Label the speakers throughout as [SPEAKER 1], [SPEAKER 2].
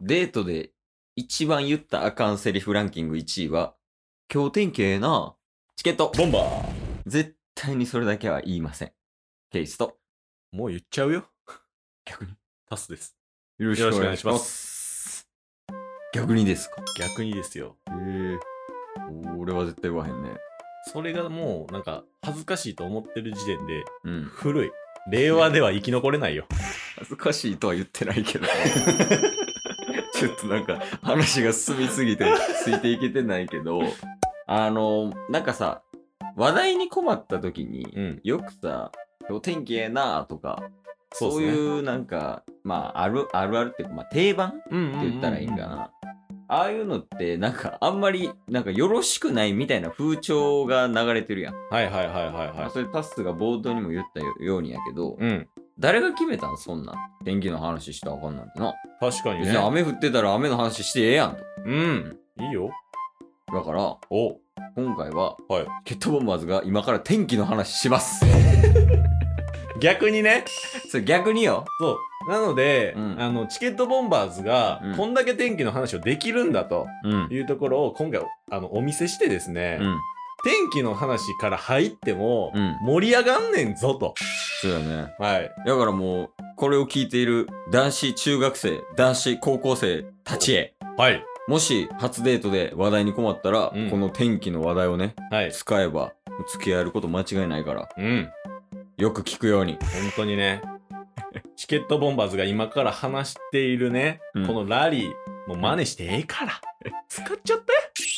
[SPEAKER 1] デートで一番言ったらあかんセリフランキング1位は、今日天気ええな。チケット。
[SPEAKER 2] ボンバー
[SPEAKER 1] 絶対にそれだけは言いません。ケイスと、
[SPEAKER 2] もう言っちゃうよ。
[SPEAKER 1] 逆に。
[SPEAKER 2] タスです。
[SPEAKER 1] よろ。
[SPEAKER 2] しくお願いします
[SPEAKER 1] 逆にですか
[SPEAKER 2] 逆にですよ。
[SPEAKER 1] へえ。俺は絶対言わへんね。
[SPEAKER 2] それがもうなんか恥ずかしいと思ってる時点で
[SPEAKER 1] うん。
[SPEAKER 2] 古い。令和では生き残れないよ。
[SPEAKER 1] 恥ずかしいとは言ってない けど。ちょっとなんか話が進みすぎてついていけてないけど、あの、なんかさ、話題に困った時に、
[SPEAKER 2] ん。
[SPEAKER 1] よくさ、今日天気ええなとか、
[SPEAKER 2] そう
[SPEAKER 1] そう
[SPEAKER 2] っすね。
[SPEAKER 1] いうなんか、まあ、あるあるあるっていうか、まあ、定番って
[SPEAKER 2] うんうんうんうん
[SPEAKER 1] 言ったらいいんかな。ああいうのって、なんか、あんまり、なんか、よろしくないみたいな風潮が流れてるやん。
[SPEAKER 2] はいはいはいはい
[SPEAKER 1] ま
[SPEAKER 2] は
[SPEAKER 1] あ
[SPEAKER 2] い。
[SPEAKER 1] それタスが冒頭にも言ったようにやけど、
[SPEAKER 2] うん。
[SPEAKER 1] 誰が決めたんそんなん。天気の話したらあかんなんてな。
[SPEAKER 2] 確かに
[SPEAKER 1] 別に
[SPEAKER 2] ね。
[SPEAKER 1] 雨降ってたら雨の話してええやんと。
[SPEAKER 2] うん。いいよ。
[SPEAKER 1] だから、
[SPEAKER 2] お
[SPEAKER 1] 今回は、
[SPEAKER 2] はい。
[SPEAKER 1] ケットボンバーズが今から天気の話します。
[SPEAKER 2] 逆にね。
[SPEAKER 1] それ逆によ。
[SPEAKER 2] そう。なので、
[SPEAKER 1] うん
[SPEAKER 2] あの、チケットボンバーズが
[SPEAKER 1] うん、
[SPEAKER 2] こんだけ天気の話をできるんだと
[SPEAKER 1] うん。
[SPEAKER 2] いうところを、今回、あの、お見せしてですね、
[SPEAKER 1] うん。
[SPEAKER 2] 天気の話から入っても
[SPEAKER 1] うん、
[SPEAKER 2] 盛り上がんねんぞと。
[SPEAKER 1] そうだね。
[SPEAKER 2] はい。
[SPEAKER 1] だからもう、これを聞いている男子中学生、男子高校生たちへ、
[SPEAKER 2] はい。
[SPEAKER 1] もし初デートで話題に困ったら、
[SPEAKER 2] うん
[SPEAKER 1] この天気の話題をね、
[SPEAKER 2] はい。
[SPEAKER 1] 使えば付き合えること間違いないから、
[SPEAKER 2] うん。
[SPEAKER 1] よく聞くように。
[SPEAKER 2] 本当にね。チケットボンバーズが今から話しているね、
[SPEAKER 1] うん
[SPEAKER 2] このラリー、もう真似してえ えから。使っちゃっ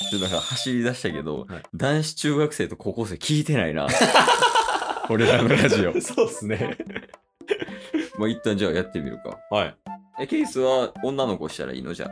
[SPEAKER 1] ちょっとなんか走り出したけど、
[SPEAKER 2] はい
[SPEAKER 1] 男子中学生と高校生聞いてない な。俺らのラジ
[SPEAKER 2] た
[SPEAKER 1] オ
[SPEAKER 2] よ。。そうっすね。
[SPEAKER 1] まあ一旦じゃあやってみるか。
[SPEAKER 2] はい。
[SPEAKER 1] え、ケースは女の子したらいいのじゃあ。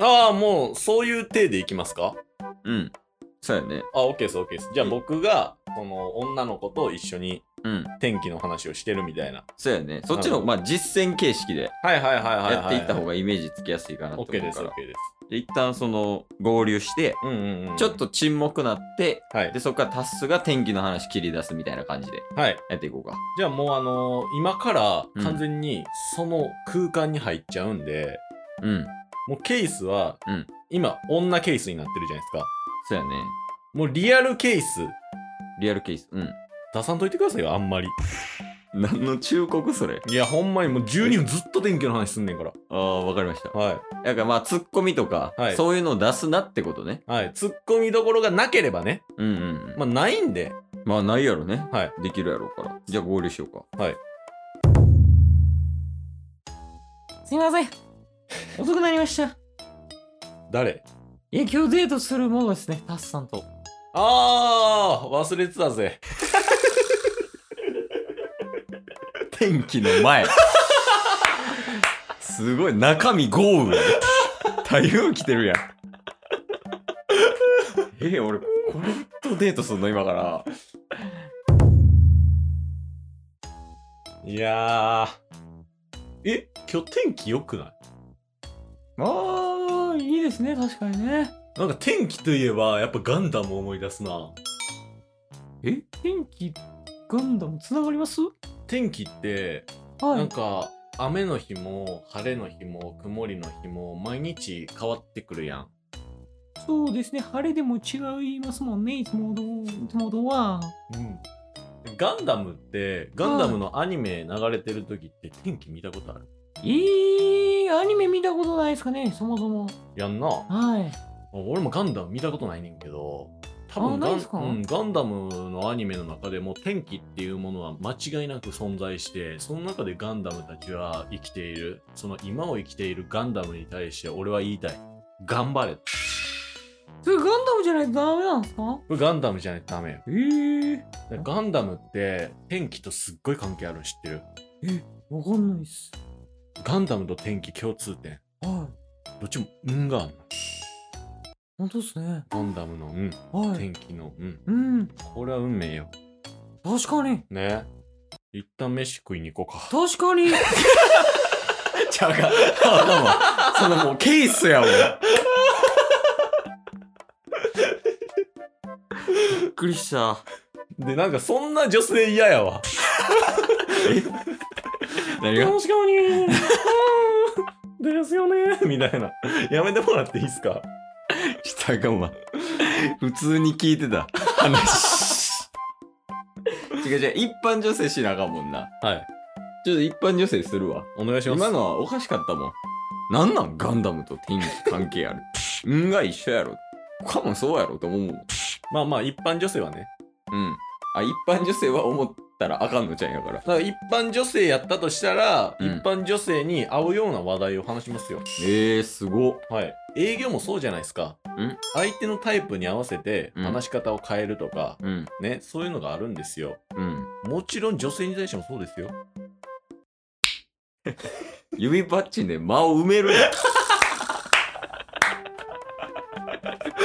[SPEAKER 2] ああ、もう、そういう体でいきますか
[SPEAKER 1] うん。そうやね。
[SPEAKER 2] あ、OK です、OK です。じゃあ僕が、その、女の子と一緒に
[SPEAKER 1] うん。
[SPEAKER 2] 天気の話をしてるみたいな。
[SPEAKER 1] そうやね。そっちの、まあ実践形式で
[SPEAKER 2] はいはいはいはいはい、
[SPEAKER 1] やっていった方
[SPEAKER 2] い
[SPEAKER 1] がイメージつきやすいかなと思う
[SPEAKER 2] OK
[SPEAKER 1] から。
[SPEAKER 2] です、OK です。
[SPEAKER 1] で一旦その合流して、
[SPEAKER 2] うんうんうん。
[SPEAKER 1] ちょっ、と沈黙なって、
[SPEAKER 2] はい
[SPEAKER 1] で、。そこからタッスが天気の話切り出すみたいな感じで
[SPEAKER 2] はい。
[SPEAKER 1] やっていこうか。
[SPEAKER 2] じゃあもうあのー今から完全にその空間に入っちゃうんで、
[SPEAKER 1] うん。
[SPEAKER 2] もうケースは、
[SPEAKER 1] うん
[SPEAKER 2] 今、女ケースになってるじゃないですか。
[SPEAKER 1] そうやね。
[SPEAKER 2] もうリアルケース
[SPEAKER 1] リアルケース。うん。
[SPEAKER 2] 出さんといてくださいよ、あんまり。
[SPEAKER 1] 何の忠告それ
[SPEAKER 2] いや、ほんまにもう12分ずっと天気の話すんねんから。
[SPEAKER 1] ああ、わかりました。
[SPEAKER 2] はい。
[SPEAKER 1] だからまあ、ツッコミとか、
[SPEAKER 2] はい
[SPEAKER 1] そういうのを出すなってことね。
[SPEAKER 2] はい。突っ込みどころがなければね。
[SPEAKER 1] うんうんうん。
[SPEAKER 2] まあ、ないんで。
[SPEAKER 1] まあ、ないやろね。
[SPEAKER 2] はい。
[SPEAKER 1] できるやろうから。じゃあ合流しようか。
[SPEAKER 2] はい。
[SPEAKER 1] すいません。遅くなりました。
[SPEAKER 2] 誰
[SPEAKER 1] いや、今日デートするものですね。タッスさんと。
[SPEAKER 2] あー、忘れてたぜ。
[SPEAKER 1] 天気の前。すごい、中身豪雨。台風来てるやん。 え俺、これとデートすんの今から。
[SPEAKER 2] いやー。え、今日天気良くない
[SPEAKER 1] ああ、いいですね、確かにね。
[SPEAKER 2] なんか天気といえば、やっぱガンダムを思い出すな。
[SPEAKER 1] え天気、ガンダムつながります
[SPEAKER 2] 天気って、
[SPEAKER 1] は
[SPEAKER 2] なんか、雨の日も、晴れの日も、曇りの日も、毎日変わってくるやん。
[SPEAKER 1] そうですね、晴れでも違いますもんね、いつもど、いつもどは。
[SPEAKER 2] うん。ガンダムって、ガンダムのアニメ流れてる時って天気見たことある
[SPEAKER 1] いい、アニメ見たことないですかね、そもそも。
[SPEAKER 2] やんな。
[SPEAKER 1] はい。
[SPEAKER 2] 俺もガンダム見たことないねんけど、
[SPEAKER 1] あ
[SPEAKER 2] 多分
[SPEAKER 1] な
[SPEAKER 2] ガ
[SPEAKER 1] い
[SPEAKER 2] ン,、
[SPEAKER 1] んすか
[SPEAKER 2] うん、ガンダムのアニメの中でも天気っていうものは間違いなく存在して、その中でガンダムたちは生きている、その今を生きているガンダムに対して俺は言いたい。頑張れ。こ
[SPEAKER 1] それガンダムじゃないとダメなんですか
[SPEAKER 2] れガンダムじゃないとダメよ。
[SPEAKER 1] ええ
[SPEAKER 2] ガンダムって天気とすっごい関係あるの知ってる
[SPEAKER 1] わかんないっす。
[SPEAKER 2] ガンダムと天気共通点。
[SPEAKER 1] はい。
[SPEAKER 2] どっちも運があるの。
[SPEAKER 1] 本当っすね。
[SPEAKER 2] ガンダムの運、
[SPEAKER 1] はい。
[SPEAKER 2] 天気の運。
[SPEAKER 1] うん。
[SPEAKER 2] これは運命よ。
[SPEAKER 1] 確かに。
[SPEAKER 2] ね。一旦飯食いに行こ うか。
[SPEAKER 1] 確かに。ちゃうか。あかんわそのもうケースやもん。びっくりした。
[SPEAKER 2] で、なんかそんな女性嫌やわ。
[SPEAKER 1] 何が
[SPEAKER 2] しかに。 ですよねみたいな。やめてもらっていいですか
[SPEAKER 1] 下がま。普通に聞いてた。話。違う違う、一般女性しなあかんもんな。
[SPEAKER 2] はい。
[SPEAKER 1] ちょっと一般女性するわ。
[SPEAKER 2] お願いします。
[SPEAKER 1] 今のはおかしかったもん。なんなんガンダムと天気関係ある。運が一緒やろ。かもそうやろと思うもん。
[SPEAKER 2] まあまあ、一般女性はね。
[SPEAKER 1] うん。あ、一般女性は思ったらあかんのちゃんやから。
[SPEAKER 2] ただ一般女性やったとしたら、
[SPEAKER 1] うん
[SPEAKER 2] 一般女性に合うような話題を話しますよ。
[SPEAKER 1] ええー、すごっ。
[SPEAKER 2] はい。営業もそうじゃないですか。
[SPEAKER 1] ん
[SPEAKER 2] 相手のタイプに合わせて
[SPEAKER 1] うん
[SPEAKER 2] 話し方を変えるとか、
[SPEAKER 1] うん。
[SPEAKER 2] ね、そういうのがあるんですよ。
[SPEAKER 1] うん。
[SPEAKER 2] もちろん女性に対してもそうですよ。
[SPEAKER 1] 指パッチンで間を埋めるやん。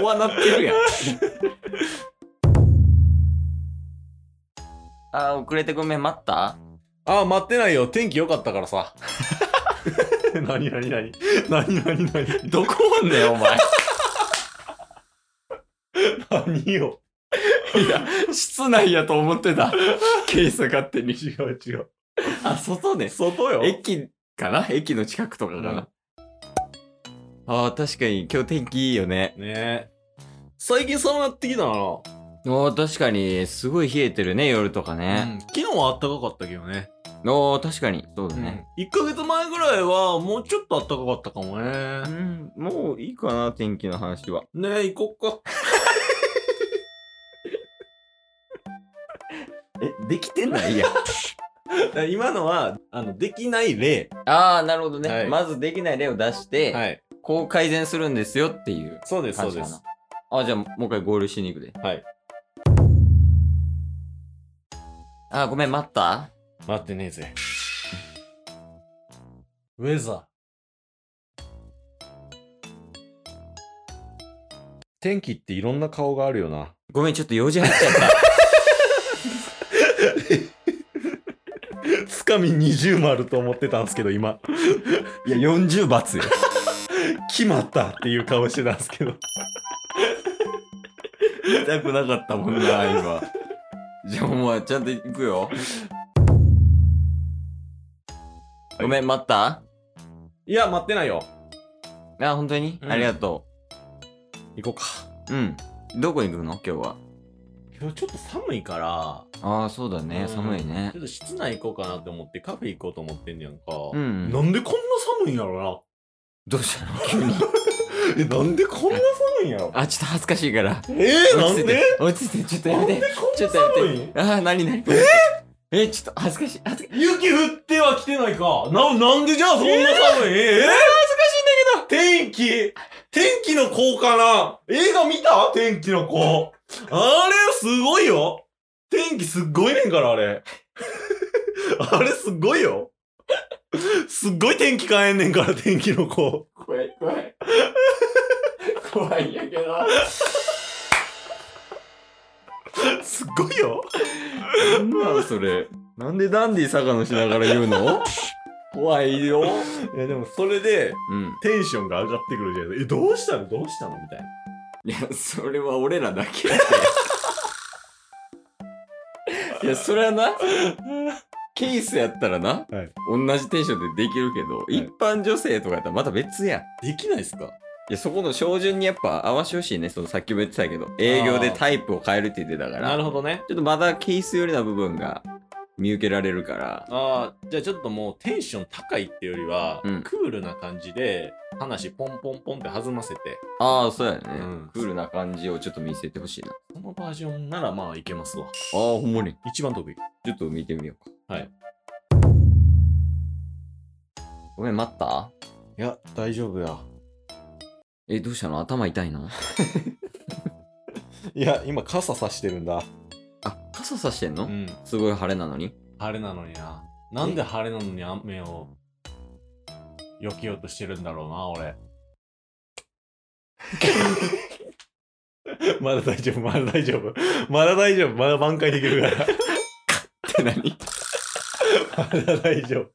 [SPEAKER 1] 怖なってるやん。あー遅れてごめん、待った
[SPEAKER 2] ああ、待ってないよ。天気良かったからさ。 何何何何何何
[SPEAKER 1] どこおんねん、お前。
[SPEAKER 2] 何よ。
[SPEAKER 1] いや、室内やと思ってた。ケース勝手に。
[SPEAKER 2] 違う違う。
[SPEAKER 1] あ、外ね。
[SPEAKER 2] 外よ。
[SPEAKER 1] 駅かな駅の近くとかかな。ああ、確かに今日天気いいよね。
[SPEAKER 2] ねえ。最近そうなってきたな。
[SPEAKER 1] おー確かに、すごい冷えてるね、夜とかね。
[SPEAKER 2] 昨日は暖かかったけどね。
[SPEAKER 1] おー確かに、そうだね。
[SPEAKER 2] 1ヶ月前ぐらいはもうちょっと暖かかったかも
[SPEAKER 1] う
[SPEAKER 2] ね。
[SPEAKER 1] ん、もういいかな、天気の話は。
[SPEAKER 2] ねえ、行こっか。
[SPEAKER 1] え、できてないやん。
[SPEAKER 2] 今のは、あの、できない例。
[SPEAKER 1] ああ、なるほどね、
[SPEAKER 2] はい
[SPEAKER 1] まずできない例を出して、
[SPEAKER 2] はい。
[SPEAKER 1] こう改善するんですよっていう
[SPEAKER 2] そうです、そ
[SPEAKER 1] 感
[SPEAKER 2] う
[SPEAKER 1] じ
[SPEAKER 2] で
[SPEAKER 1] か
[SPEAKER 2] す
[SPEAKER 1] な。。あ、じゃあもう一回合流しに行くで。
[SPEAKER 2] はい。
[SPEAKER 1] あー、ごめん、待った
[SPEAKER 2] 待ってねえぜ。ウェザー。天気っていろんな顔があるよな。
[SPEAKER 1] ごめん、ちょっと用事入っちゃった。
[SPEAKER 2] つかみ二重丸と思ってたんですけど、 今。
[SPEAKER 1] いや、40罰よ。
[SPEAKER 2] 決まったっていう顔してたんですけど。
[SPEAKER 1] 痛くなかったもんな、今。 じゃあ、お前、ちゃんと行くよ。ごめん、待った
[SPEAKER 2] いや、待ってないよ。
[SPEAKER 1] あ、本当に、
[SPEAKER 2] うん
[SPEAKER 1] ありがと
[SPEAKER 2] 行こうか。
[SPEAKER 1] う。うん。どこ行くの今日は。
[SPEAKER 2] 今日ちょっと寒いから、
[SPEAKER 1] ああ、そうだね。寒いね
[SPEAKER 2] ちょ。っと室内行こうかなって思ってカフェ行こうと思ってんねやんか、
[SPEAKER 1] うん。
[SPEAKER 2] なんでこんな寒いんやろ
[SPEAKER 1] どうしたの急に。
[SPEAKER 2] なえなんでこんな寒いんやろ
[SPEAKER 1] あ、ちょっと恥ずかしいから。
[SPEAKER 2] えー、
[SPEAKER 1] 落
[SPEAKER 2] な
[SPEAKER 1] ち着い
[SPEAKER 2] ん
[SPEAKER 1] て
[SPEAKER 2] で。
[SPEAKER 1] 落ち着いて、ちょっとや
[SPEAKER 2] なん
[SPEAKER 1] め
[SPEAKER 2] で
[SPEAKER 1] て。
[SPEAKER 2] こ
[SPEAKER 1] ち
[SPEAKER 2] ん
[SPEAKER 1] ょっ
[SPEAKER 2] な
[SPEAKER 1] とや
[SPEAKER 2] 寒
[SPEAKER 1] め
[SPEAKER 2] いん
[SPEAKER 1] て。ああ、なになにえちょっと恥ずかしい。恥ずかしい。
[SPEAKER 2] 雪降っては来てないかななんでじゃあそんな寒いえー、恥ずかしいんだけど天気天気の子かな映画見た天気の子あれすごいよ天気すっごいねんからあ れあれすっごいよすっごい天気変えんねんから天気の子
[SPEAKER 1] 怖い、怖い。怖いんやけど。
[SPEAKER 2] すっごいよ
[SPEAKER 1] なんなんそれ。なんでダンディ坂野しながら言うの 怖いよ。
[SPEAKER 2] いやでもそれで
[SPEAKER 1] うん。
[SPEAKER 2] テンションが上がってくるじゃないですか。え、どうしたのどうしたのみたいな。
[SPEAKER 1] いや、それは俺らだけや でいや、それはな、ケースやったらな、
[SPEAKER 2] はい
[SPEAKER 1] 同じテンションでできるけど、
[SPEAKER 2] い
[SPEAKER 1] 一般女性とかやったらまた別やん。い
[SPEAKER 2] できないですか
[SPEAKER 1] や、そこの照準にやっぱ合わせてほしいね。そのさっきも言ってたけど、営業でタイプを変えるって言ってたから、
[SPEAKER 2] なる
[SPEAKER 1] ち
[SPEAKER 2] ほどね。
[SPEAKER 1] ょっとまだケース寄りな部分が見受けられるから、
[SPEAKER 2] ああ、じゃあちょっともうテンション高いっていうよりは、
[SPEAKER 1] うん
[SPEAKER 2] クールな感じで話ポンポンポンって弾ませて、
[SPEAKER 1] ああ、そうやね、
[SPEAKER 2] うん
[SPEAKER 1] クールな感じをちょっと見せてほしいな。あ
[SPEAKER 2] そのバージョンならまあいけますわ。
[SPEAKER 1] あ、ほんまに。
[SPEAKER 2] 一番得意。
[SPEAKER 1] ちょっと見てみようか。
[SPEAKER 2] はい。
[SPEAKER 1] ごめん、待った
[SPEAKER 2] いや、大丈夫や。
[SPEAKER 1] え、どうしたの頭痛いの
[SPEAKER 2] いや、今傘さしてるんだ。
[SPEAKER 1] あ、傘さしてん
[SPEAKER 2] う
[SPEAKER 1] の、
[SPEAKER 2] ん。
[SPEAKER 1] すごい晴れなのに。
[SPEAKER 2] 晴れなのにな。なんで晴れなのに雨を避けようとしてるんだろうな、俺。 まだ大丈夫、まだ大丈夫。まだ大丈夫、まだ挽回できるから。
[SPEAKER 1] って何
[SPEAKER 2] まだ大丈夫。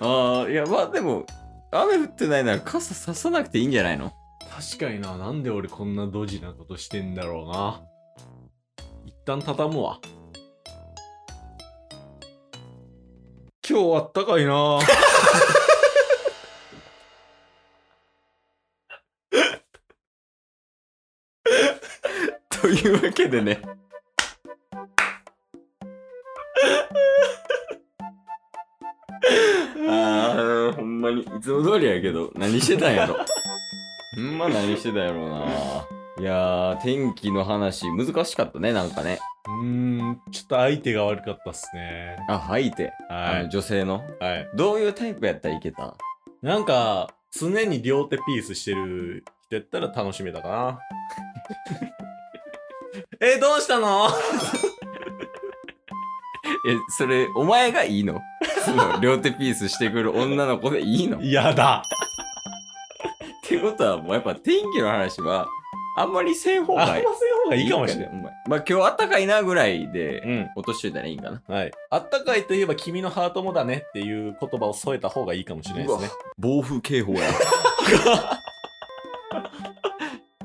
[SPEAKER 1] ああ、いや、まあでも、雨降ってないなら傘ささなくていいんじゃないの
[SPEAKER 2] 確かにな、なんで俺こんなドジなことしてんだろうな。一旦畳むわ。今日あったかいな
[SPEAKER 1] というわけで ね。ああ、ほんまに、いつも通りやけど、何してたんやろ。ほんま何してたんやろうな。いやー、天気の話、難しかったね、なんかね。
[SPEAKER 2] うーん、ちょっと相手が悪かったっすね。
[SPEAKER 1] あ、はいて、
[SPEAKER 2] は
[SPEAKER 1] あの
[SPEAKER 2] い。
[SPEAKER 1] 女性の。
[SPEAKER 2] はい。
[SPEAKER 1] どういうタイプやったらいけた
[SPEAKER 2] なんか、常に両手ピースしてる人やったら楽しめたかな。え、どうした の
[SPEAKER 1] え、それ、お前がいいのその両手ピースしてくる女の子でいいの
[SPEAKER 2] やだ。
[SPEAKER 1] ってことは、もうやっぱ天気の話は、あんまりせん
[SPEAKER 2] あ
[SPEAKER 1] 方
[SPEAKER 2] んま
[SPEAKER 1] が
[SPEAKER 2] せ
[SPEAKER 1] いい。
[SPEAKER 2] ん方がいいかもしれない。
[SPEAKER 1] ん。まあ今日あったかいなぐらいで、
[SPEAKER 2] ん。
[SPEAKER 1] 落としといたらいいんかな。
[SPEAKER 2] はい。あったかいといえば君のハートもだねっていう言葉を添えた方がいいかもしれないですね。
[SPEAKER 1] 暴風警報や。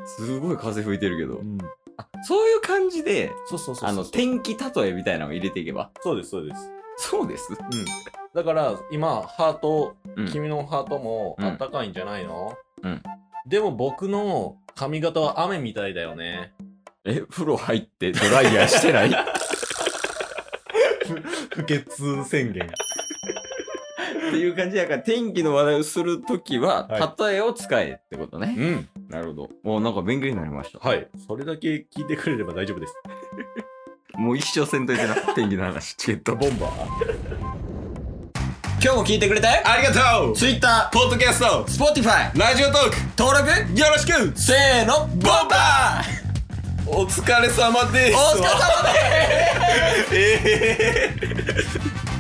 [SPEAKER 1] すごい風吹いてるけど
[SPEAKER 2] う。ん。
[SPEAKER 1] あそういう感じで、
[SPEAKER 2] そうそうそうそう。
[SPEAKER 1] あの、天気例えみたいなのを入れていけば。
[SPEAKER 2] そうです、そうです。
[SPEAKER 1] そうです。
[SPEAKER 2] うん。だから、今、ハート、
[SPEAKER 1] うん
[SPEAKER 2] 君のハートも
[SPEAKER 1] うん
[SPEAKER 2] あったかいんじゃないの
[SPEAKER 1] うん。
[SPEAKER 2] でも僕の髪型は雨みたいだよね。
[SPEAKER 1] え、風呂入ってドライヤーしてないっ
[SPEAKER 2] 不潔宣言。
[SPEAKER 1] ていう感じやから、天気の話題をするときは、
[SPEAKER 2] は
[SPEAKER 1] 例えを使えってことね。
[SPEAKER 2] うん。
[SPEAKER 1] なるほど。もうなんか勉強になりました。
[SPEAKER 2] はい。それだけ聞いてくれれば大丈夫です。
[SPEAKER 1] もう一生せんとい てな。天気の話、チケット。
[SPEAKER 2] ボンバー。
[SPEAKER 1] 今日も聞いてくれてありがとう !Twitter、ポッドキャスト、Spotify、ラジオトーク、登録よろしくせーの、ボンバー
[SPEAKER 2] お疲れ様です
[SPEAKER 1] お疲れ様です
[SPEAKER 2] ええ